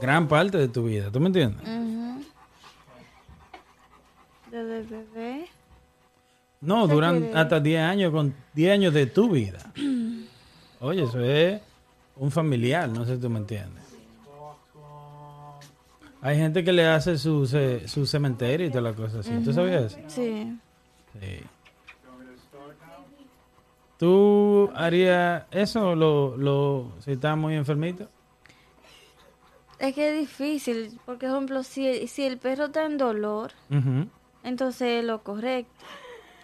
[SPEAKER 1] gran parte de tu vida, ¿tú me entiendes?
[SPEAKER 2] Ujú. Desde bebé.
[SPEAKER 1] No, duran
[SPEAKER 2] quiere-
[SPEAKER 1] hasta 10 años, con 10 años de tu vida. Oye, eso es un familiar, no sé si tú me entiendes. Hay gente que le hace su, ce- su cementerio y toda la cosa así. ¿Tú sabías eso?
[SPEAKER 2] Sí.
[SPEAKER 1] Sí. ¿Tú harías eso lo, lo, si estás muy enfermito?
[SPEAKER 2] Es que es difícil, porque, por ejemplo, si, si el perro está en dolor,
[SPEAKER 1] Ujú,
[SPEAKER 2] entonces es lo correcto,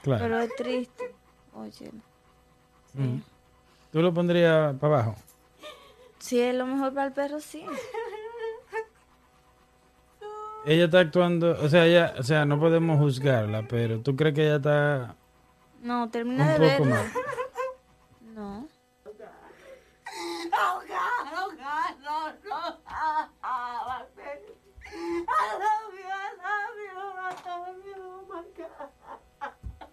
[SPEAKER 1] Claro.
[SPEAKER 2] pero es triste. Oye,
[SPEAKER 1] Ujú. ¿Tú lo pondrías para abajo?
[SPEAKER 2] si es lo mejor para el perro, sí.
[SPEAKER 1] Ella está actuando, o sea, ella, o sea, no podemos juzgarla, pero ¿tú crees que ella está
[SPEAKER 2] No,
[SPEAKER 1] un
[SPEAKER 2] termina de
[SPEAKER 1] poco
[SPEAKER 2] verlo.
[SPEAKER 1] mal?
[SPEAKER 2] No.
[SPEAKER 6] Oh God! Oh God! No! No! Ah, ah, my baby! I love you! I love you! I love you! Oh my God!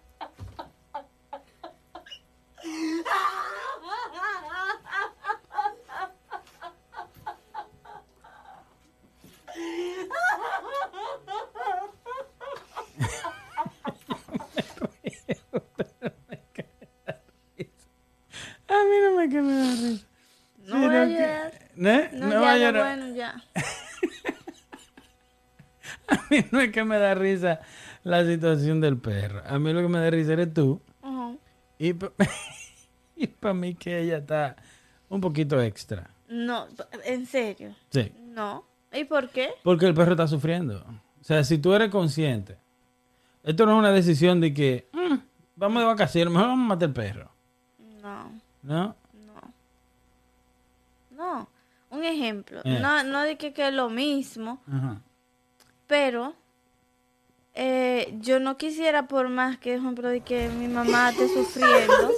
[SPEAKER 1] A mí no me quema la risa.
[SPEAKER 2] No voy a llorar.
[SPEAKER 1] ¿Eh?
[SPEAKER 2] No,
[SPEAKER 1] No
[SPEAKER 2] ya,
[SPEAKER 1] va a
[SPEAKER 2] ya,
[SPEAKER 1] llorar.
[SPEAKER 2] bueno, ya.
[SPEAKER 1] A mí no es que me da risa la situación del perro. A mí lo que me da risa eres tú.
[SPEAKER 2] Ujú.
[SPEAKER 1] Y para mí que ella está un poquito extra.
[SPEAKER 2] No, en serio.
[SPEAKER 1] Sí.
[SPEAKER 2] No. ¿Y por qué?
[SPEAKER 1] Porque el perro está sufriendo. O sea, si tú eres consciente, esto no es una decisión de que "Mm, vamos de vacaciones, mejor vamos a matar el perro.
[SPEAKER 2] No,
[SPEAKER 1] ¿No?
[SPEAKER 2] no. No. Un ejemplo.
[SPEAKER 1] Eh.
[SPEAKER 2] No, no de que, que es lo mismo,
[SPEAKER 1] Ajá.
[SPEAKER 2] pero eh, yo no quisiera por más que, por ejemplo, de que mi mamá esté sufriendo.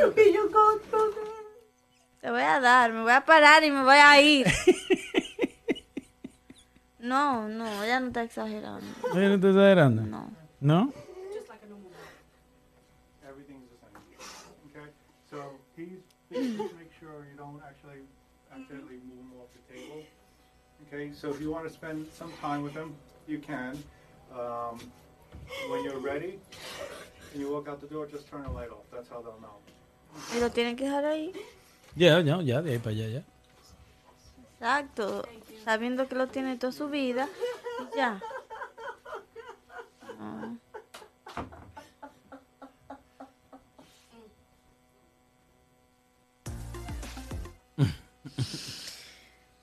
[SPEAKER 6] Sorry, you go through this.
[SPEAKER 2] Te voy a dar, me voy a parar y me voy a ir. No, no, ella no está exagerando.
[SPEAKER 1] Oye, ¿no te está exagerando?
[SPEAKER 2] No.
[SPEAKER 1] ¿No?
[SPEAKER 7] everything's the same. Okay? So please, please just make sure you don't actually accidentally move him off the table. Okay? So if you want to spend some time with him, you can. Um, when you're ready and you walk out the door, just turn the light off. That's how they'll know.
[SPEAKER 2] Y lo tienen que dejar ahí.
[SPEAKER 1] Ya, ya, ya, de ahí para allá, ya.
[SPEAKER 2] Exacto. Sabiendo que lo tiene toda su vida. Y ya. No.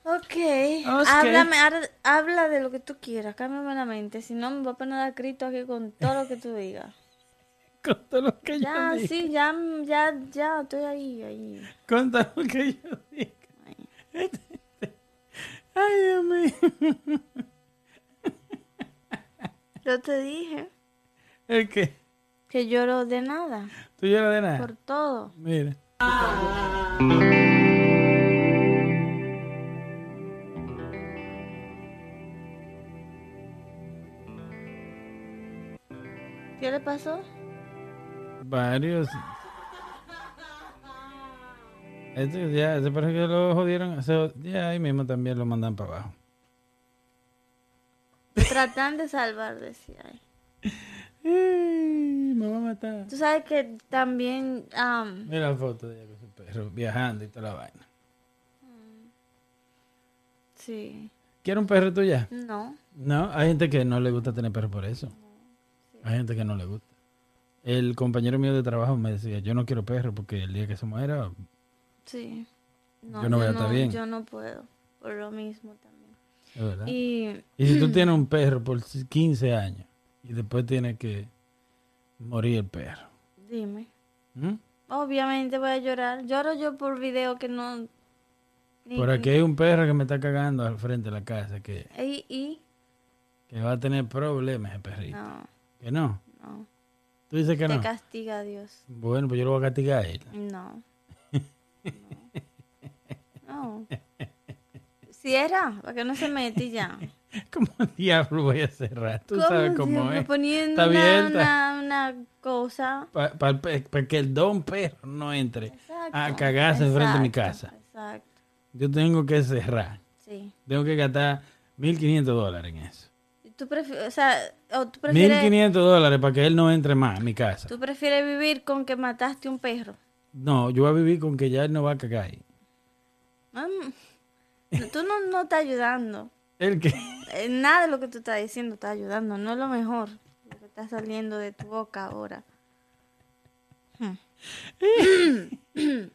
[SPEAKER 2] Okay.
[SPEAKER 1] Ok.
[SPEAKER 2] háblame, ahora habla de lo que tú quieras, cámbiame la mente, si no me voy a poner a Cristo aquí con todo lo que tú digas.
[SPEAKER 1] Con todo lo que
[SPEAKER 2] Ya,
[SPEAKER 1] yo diga.
[SPEAKER 2] sí, ya, ya, ya, estoy ahí, ahí.
[SPEAKER 1] Con todo lo que yo diga. Ay, Dios mío.
[SPEAKER 2] Yo te dije
[SPEAKER 1] Es que
[SPEAKER 2] que lloro de nada,
[SPEAKER 1] tú lloras de nada.
[SPEAKER 2] por todo.
[SPEAKER 1] Mira.
[SPEAKER 2] ¿Qué le pasó?
[SPEAKER 1] Varios. Este, ya, este parece que lo jodieron. se- ya ahí mismo también lo mandan para abajo.
[SPEAKER 2] Tratan de salvar, decía él.
[SPEAKER 1] Ey, me va a matar.
[SPEAKER 2] Tú sabes que también, am,
[SPEAKER 1] Mira la foto de ella con su perro viajando y toda la vaina.
[SPEAKER 2] sí,
[SPEAKER 1] ¿Quieres un perro tú ya?
[SPEAKER 2] no,
[SPEAKER 1] No, hay gente que no le gusta tener perro por eso. Hay gente que no le gusta. El compañero mío de trabajo me decía, yo no quiero perro porque el día que se muera,
[SPEAKER 2] sí, no,
[SPEAKER 1] Yo no voy a estar bien.
[SPEAKER 2] yo no puedo, por lo mismo también.
[SPEAKER 1] es verdad. Y,
[SPEAKER 2] Y
[SPEAKER 1] si tú tienes un perro por 15 años y después tiene que morir el perro.
[SPEAKER 2] dime,
[SPEAKER 1] ¿Mm?
[SPEAKER 2] obviamente voy a llorar, lloro yo por video que no... ni-
[SPEAKER 1] Por aquí hay un perro que me está cagando al frente de la casa que,
[SPEAKER 2] Y, y,
[SPEAKER 1] que va a tener problemas el perrito.
[SPEAKER 2] no,
[SPEAKER 1] ¿Que no?
[SPEAKER 2] no,
[SPEAKER 1] ¿Tú dices que
[SPEAKER 2] te
[SPEAKER 1] no?
[SPEAKER 2] castiga Dios,
[SPEAKER 1] Bueno, pues yo lo voy a castigar a él.
[SPEAKER 2] no, no, no. Cierra, para que no se mete y ya.
[SPEAKER 1] ¿Cómo diablo voy a cerrar? Tú
[SPEAKER 2] ¿Cómo
[SPEAKER 1] sabes cómo
[SPEAKER 2] siempre
[SPEAKER 1] es.
[SPEAKER 2] Poniendo
[SPEAKER 1] Está
[SPEAKER 2] una,
[SPEAKER 1] abierta.
[SPEAKER 2] una- una cosa.
[SPEAKER 1] Para que el don perro no entre a
[SPEAKER 2] Exacto,
[SPEAKER 1] cagarse enfrente de mi
[SPEAKER 2] exacto,
[SPEAKER 1] casa.
[SPEAKER 2] Exacto,
[SPEAKER 1] Yo tengo que cerrar.
[SPEAKER 2] sí.
[SPEAKER 1] Tengo que gastar 1.500 dólares en eso.
[SPEAKER 2] ¿Tú, prefi- o sea, o tú prefieres,
[SPEAKER 1] 1.500 dólares para que él no entre más a mi casa.
[SPEAKER 2] tú prefieres vivir con que mataste un perro?
[SPEAKER 1] No, yo voy a vivir con que ya él no va a cagar ahí.
[SPEAKER 2] Mm. No, Tú no, no estás ayudando.
[SPEAKER 1] ¿El que
[SPEAKER 2] Eh, Nada de lo que tú estás diciendo está ayudando. No es lo mejor. Lo que está saliendo de tu boca ahora. Hmm.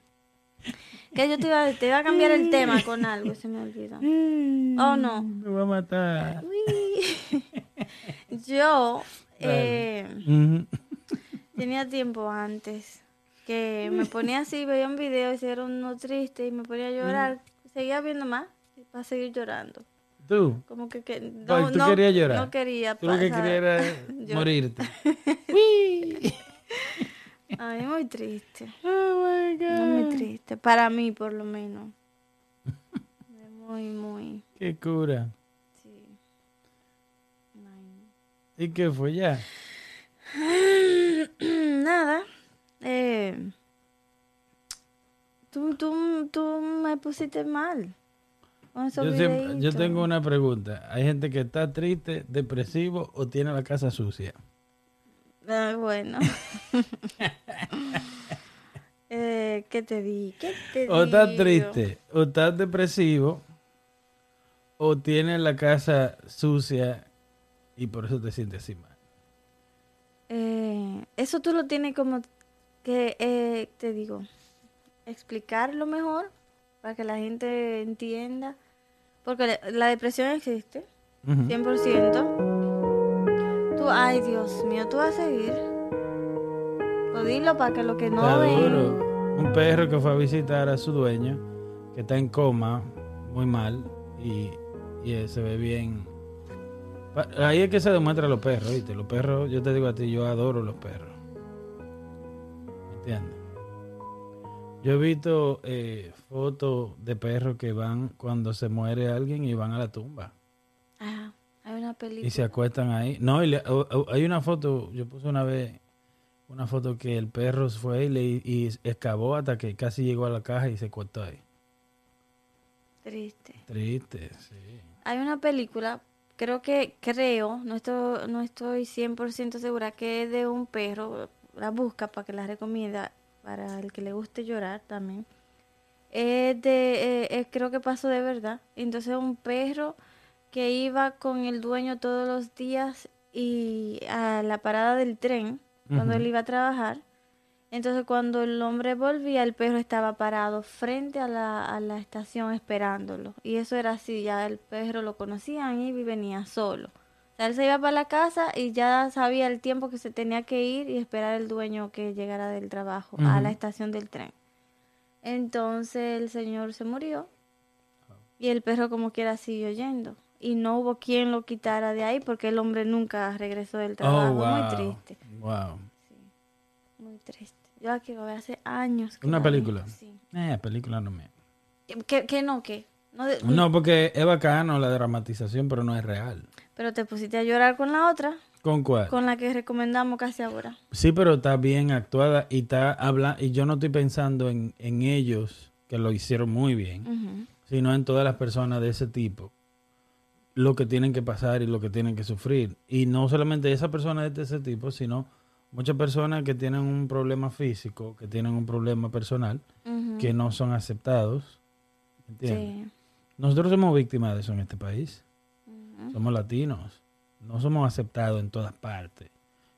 [SPEAKER 2] que yo te iba, a- te iba a cambiar el tema con algo. Se me olvidó. Oh, no.
[SPEAKER 1] Me va a matar.
[SPEAKER 2] Uy. yo
[SPEAKER 1] Dale.
[SPEAKER 2] eh,
[SPEAKER 1] Ujú.
[SPEAKER 2] tenía tiempo antes que me ponía así, veía un video y se era uno triste y me ponía a llorar. Seguía viendo más para seguir llorando.
[SPEAKER 1] Tú.
[SPEAKER 2] Como que, que no,
[SPEAKER 1] Ay, tú
[SPEAKER 2] no-
[SPEAKER 1] querías llorar.
[SPEAKER 2] No quería
[SPEAKER 1] Tú lo que
[SPEAKER 2] pasar.
[SPEAKER 1] querías era
[SPEAKER 2] Yo-
[SPEAKER 1] morirte.
[SPEAKER 2] Ay, muy triste.
[SPEAKER 1] Oh my
[SPEAKER 2] No,
[SPEAKER 1] God.
[SPEAKER 2] muy triste. Para mí, por lo menos. Es Muy, muy.
[SPEAKER 1] Qué cura.
[SPEAKER 2] Sí. Ay,
[SPEAKER 1] ¿Y qué fue ya?
[SPEAKER 2] no. Nada. Eh, tú, tú, tú me pusiste mal. Con esos
[SPEAKER 1] Yo, siempre- yo
[SPEAKER 2] videitos.
[SPEAKER 1] tengo una pregunta. Hay gente que está triste, depresivo o tiene la casa sucia.
[SPEAKER 2] Ah, bueno. Eh, ¿Qué te di? ¿Qué te
[SPEAKER 1] O Oh, está
[SPEAKER 2] digo?
[SPEAKER 1] triste, o está depresivo, o tiene la casa sucia y por eso te sientes así mal.
[SPEAKER 2] Eh, eso tú lo tienes como que, eh, te digo, explicarlo mejor para que la gente entienda. Porque la, la depresión existe,
[SPEAKER 1] Ujú.
[SPEAKER 2] 100%. Tú, ay Dios mío, tú vas a seguir. O dilo para que lo que no eh.
[SPEAKER 1] Está
[SPEAKER 2] ven.
[SPEAKER 1] duro. Un perro que fue a visitar a su dueño, que está en coma, muy mal, y, y él se ve bien. Pa- Ahí es que se demuestra los perros, ¿viste? Los perros, yo te digo a ti, yo adoro los perros. ¿Me entiendes? Yo he visto eh, fotos de perros que van cuando se muere alguien y van a la tumba
[SPEAKER 2] Ah, hay una
[SPEAKER 1] y se
[SPEAKER 2] película.
[SPEAKER 1] acuestan ahí. No, y le- o- o- hay una foto, yo puse una vez una foto que el perro fue y, le, y excavó hasta que casi llegó a la caja y se acostó ahí.
[SPEAKER 2] Triste.
[SPEAKER 1] Triste, sí.
[SPEAKER 2] Hay una película, creo que, creo, no estoy, no estoy 100% segura, que es de un perro, la busca para que la recomienda, para el que le guste llorar también. Es de, eh, eh, creo que pasó de verdad. Entonces un perro que iba con el dueño todos los días y a la parada del tren, cuando él
[SPEAKER 1] Ujú.
[SPEAKER 2] iba a trabajar. Entonces cuando el hombre volvía, el perro estaba parado frente a la, a la estación esperándolo. Y eso era así, ya el perro lo conocían y venía solo. O sea, él se iba para la casa y ya sabía el tiempo que se tenía que ir y esperar el dueño que llegara del trabajo a
[SPEAKER 1] Ujú.
[SPEAKER 2] la estación del tren. Entonces el señor se murió
[SPEAKER 1] Ah.
[SPEAKER 2] y el perro como quiera siguió yendo. Y no hubo quien lo quitara de ahí porque el hombre nunca regresó
[SPEAKER 1] Oh,
[SPEAKER 2] del trabajo. Muy triste.
[SPEAKER 1] Wow.
[SPEAKER 2] Muy triste. Yo la quiero ver hace años. que
[SPEAKER 1] Una
[SPEAKER 2] la vi.
[SPEAKER 1] película.
[SPEAKER 2] Sí.
[SPEAKER 1] Eh, película no me.
[SPEAKER 2] Que, que no, que. No, de-
[SPEAKER 1] No, porque es bacano la dramatización, pero no es real.
[SPEAKER 2] Pero te pusiste a llorar con la otra,
[SPEAKER 1] ¿Con cuál?
[SPEAKER 2] con la que recomendamos casi ahora.
[SPEAKER 1] Sí, pero está bien actuada y está habla y yo no estoy pensando en, en ellos que lo hicieron muy bien.
[SPEAKER 2] Ujú.
[SPEAKER 1] sino en todas las personas de ese tipo, lo que tienen que pasar y lo que tienen que sufrir. Y no solamente esa persona de ese tipo, sino muchas personas que tienen un problema físico, que tienen un problema personal,
[SPEAKER 2] Ujú.
[SPEAKER 1] que no son aceptados. ¿Entiendes?
[SPEAKER 2] Sí.
[SPEAKER 1] Nosotros somos víctimas de eso en este país.
[SPEAKER 2] Ujú.
[SPEAKER 1] Somos latinos. No somos aceptados en todas partes.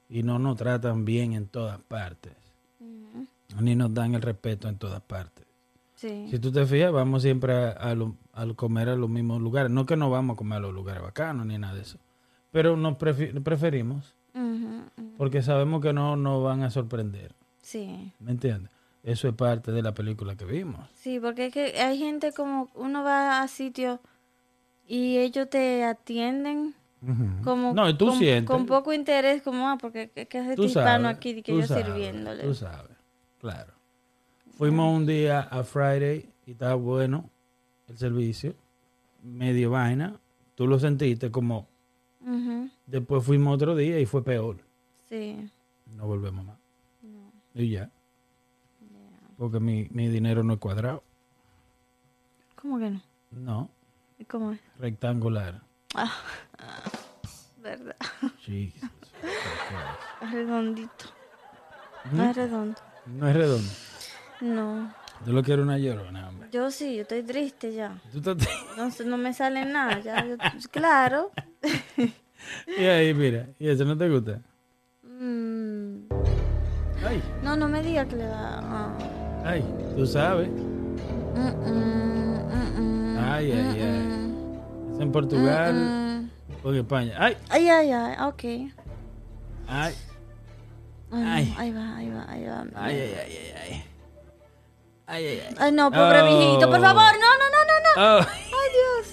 [SPEAKER 1] Y no nos tratan bien en todas partes.
[SPEAKER 2] Ujú.
[SPEAKER 1] Ni nos dan el respeto en todas partes.
[SPEAKER 2] Sí.
[SPEAKER 1] Si tú te fijas, vamos siempre a, a lo- al comer a los mismos lugares. No que no vamos a comer a los lugares bacanos ni nada de eso. Pero nos prefi- preferimos
[SPEAKER 2] Ujú, ujú.
[SPEAKER 1] porque sabemos que no nos van a sorprender.
[SPEAKER 2] Sí.
[SPEAKER 1] ¿Me entiendes? Eso es parte de la película que vimos.
[SPEAKER 2] Sí, porque es que hay gente como uno va a sitios y ellos te atienden como
[SPEAKER 1] no, y tú
[SPEAKER 2] con,
[SPEAKER 1] sientes.
[SPEAKER 2] con poco interés, como ah, porque qué qué hace
[SPEAKER 1] tú
[SPEAKER 2] este hispano
[SPEAKER 1] sabes,
[SPEAKER 2] aquí de que
[SPEAKER 1] tú
[SPEAKER 2] yo
[SPEAKER 1] sabes,
[SPEAKER 2] sirviéndole.
[SPEAKER 1] Tú sabes, claro. Fuimos un día a Friday y estaba bueno el servicio. Medio vaina. Tú lo sentiste como...
[SPEAKER 2] Ujú,
[SPEAKER 1] Después fuimos otro día y fue peor.
[SPEAKER 2] Sí.
[SPEAKER 1] no volvemos más. Y ya. Porque mi, mi dinero no es cuadrado.
[SPEAKER 2] ¿Cómo que no?
[SPEAKER 1] No,
[SPEAKER 2] ¿Y ¿Cómo es?
[SPEAKER 1] rectangular.
[SPEAKER 2] ¿Verdad?
[SPEAKER 1] Jesus.
[SPEAKER 2] Redondito. No es redondo.
[SPEAKER 1] No es redondo.
[SPEAKER 2] No.
[SPEAKER 1] Yo lo quiero una llorona, hombre.
[SPEAKER 2] Yo sí, yo estoy triste ya.
[SPEAKER 1] Tú estás-
[SPEAKER 2] No, sé, no me sale nada. Ya, yo- claro.
[SPEAKER 1] Y ahí, mira. ¿Y eso no te gusta?
[SPEAKER 2] Mm.
[SPEAKER 1] Ay,
[SPEAKER 2] No, no me diga que le da. ah.
[SPEAKER 1] ay, tú sabes.
[SPEAKER 2] Mm, mm, mm, mm,
[SPEAKER 1] Ay, ay, ay.
[SPEAKER 2] mm,
[SPEAKER 1] Es en Portugal
[SPEAKER 2] mm.
[SPEAKER 1] o en España. Ay,
[SPEAKER 2] Ay, ay, ay. Ok. Ay,
[SPEAKER 1] ay,
[SPEAKER 2] no,
[SPEAKER 1] Ay.
[SPEAKER 2] Ahí va, ahí va, ahí va.
[SPEAKER 1] ay, ay, ay, ay. Ay, ay, ay. ay.
[SPEAKER 2] Ay, no, pobre
[SPEAKER 1] Oh.
[SPEAKER 2] viejito, por favor. No, no, no, no, no.
[SPEAKER 1] Oh.
[SPEAKER 2] Ay, Dios.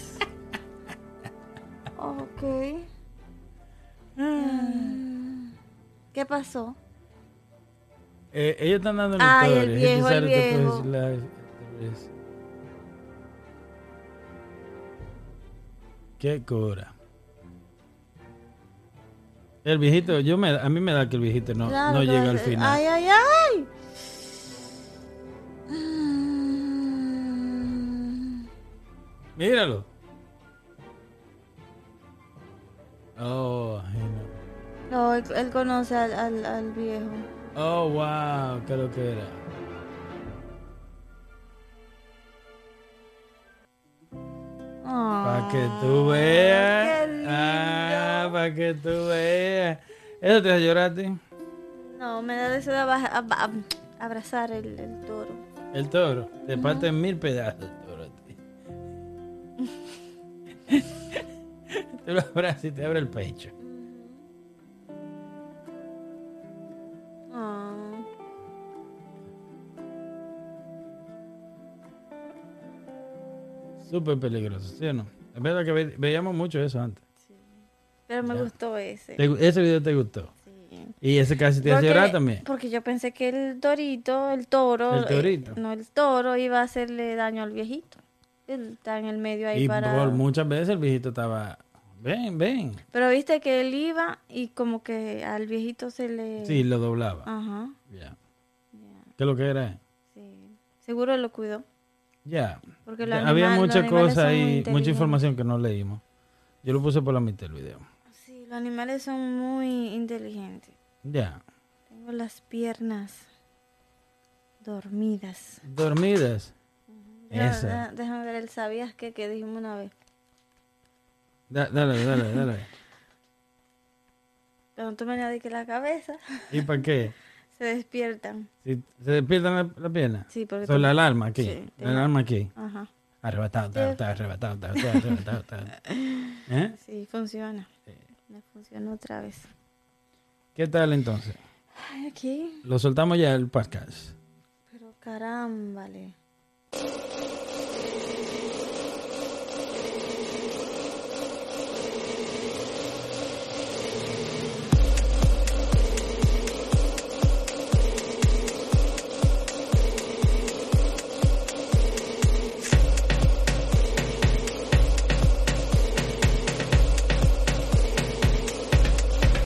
[SPEAKER 2] Ok. Ah. Mm. ¿Qué pasó?
[SPEAKER 1] Eh, ellos están dando la
[SPEAKER 2] Ay,
[SPEAKER 1] historia.
[SPEAKER 2] el
[SPEAKER 1] He
[SPEAKER 2] viejo, el
[SPEAKER 1] decided to
[SPEAKER 2] viejo.
[SPEAKER 1] put his life at risk. Qué cura. El viejito, yo me, a mí me da que el viejito no,
[SPEAKER 2] Claro,
[SPEAKER 1] no llega
[SPEAKER 2] claro.
[SPEAKER 1] al final.
[SPEAKER 2] Ay, ay, ay. Mm.
[SPEAKER 1] Míralo. Oh, ay, no.
[SPEAKER 2] No, él, él conoce al, al, al viejo.
[SPEAKER 1] oh, wow, qué lo que era. Para que tú veas.
[SPEAKER 2] qué lindo.
[SPEAKER 1] Ah, para que tú veas. ¿Eso te hace llorar a ti?
[SPEAKER 2] No, me da deseo de aba- ab- ab- abrazar el, el toro.
[SPEAKER 1] El toro. Te parte en mil pedazos el toro a ti. Tú lo abrazas y te abre el pecho.
[SPEAKER 2] Ah.
[SPEAKER 1] Súper peligroso, ¿sí o no? Es verdad que ve- veíamos mucho eso antes.
[SPEAKER 2] Pero me
[SPEAKER 1] Ya.
[SPEAKER 2] gustó ese.
[SPEAKER 1] Te gu- ese video te gustó.
[SPEAKER 2] Sí.
[SPEAKER 1] Y ese casi te hace llorar también.
[SPEAKER 2] porque yo pensé que el torito, el toro,
[SPEAKER 1] El
[SPEAKER 2] eh,
[SPEAKER 1] torito.
[SPEAKER 2] no el toro, iba a hacerle daño al viejito. Él está en el medio ahí
[SPEAKER 1] Y
[SPEAKER 2] para.
[SPEAKER 1] por muchas veces el viejito estaba. Ven, ven.
[SPEAKER 2] Pero viste que él iba y como que al viejito se le.
[SPEAKER 1] Sí, lo doblaba.
[SPEAKER 2] Ajá.
[SPEAKER 1] Ya. ¿Qué es lo que era?
[SPEAKER 2] Sí. Seguro lo cuidó.
[SPEAKER 1] Ya.
[SPEAKER 2] Porque los
[SPEAKER 1] Ya, Había
[SPEAKER 2] anima- los
[SPEAKER 1] muchas
[SPEAKER 2] animales
[SPEAKER 1] cosas
[SPEAKER 2] son muy
[SPEAKER 1] y mucha
[SPEAKER 2] inteligentes.
[SPEAKER 1] información que no leímos. Yo lo puse por la mitad del video.
[SPEAKER 2] Sí, los animales son muy inteligentes.
[SPEAKER 1] Ya.
[SPEAKER 2] Tengo las piernas dormidas.
[SPEAKER 1] Dormidas.
[SPEAKER 2] Ya,
[SPEAKER 1] Esa.
[SPEAKER 2] ya, Déjame ver el sabías que, que dijimos una vez.
[SPEAKER 1] Da- dale, dale, dale.
[SPEAKER 2] Cuando tú me la di que la cabeza,
[SPEAKER 1] ¿Y para qué?
[SPEAKER 2] se despiertan.
[SPEAKER 1] Si se despiertan la, la pierna.
[SPEAKER 2] Sí, porque.
[SPEAKER 1] Son
[SPEAKER 2] tú-
[SPEAKER 1] la alarma aquí.
[SPEAKER 2] Sí,
[SPEAKER 1] la alarma aquí.
[SPEAKER 2] Ajá.
[SPEAKER 1] Arrebatado,
[SPEAKER 2] Sí.
[SPEAKER 1] arrebatado, arrebatado, arrebatado, arrebatado, arrebatado. ¿Eh?
[SPEAKER 2] Sí, funciona. Me funcionó otra vez.
[SPEAKER 1] ¿Qué tal entonces?
[SPEAKER 2] Ay, aquí.
[SPEAKER 1] Lo soltamos ya el podcast.
[SPEAKER 2] Pero carambale.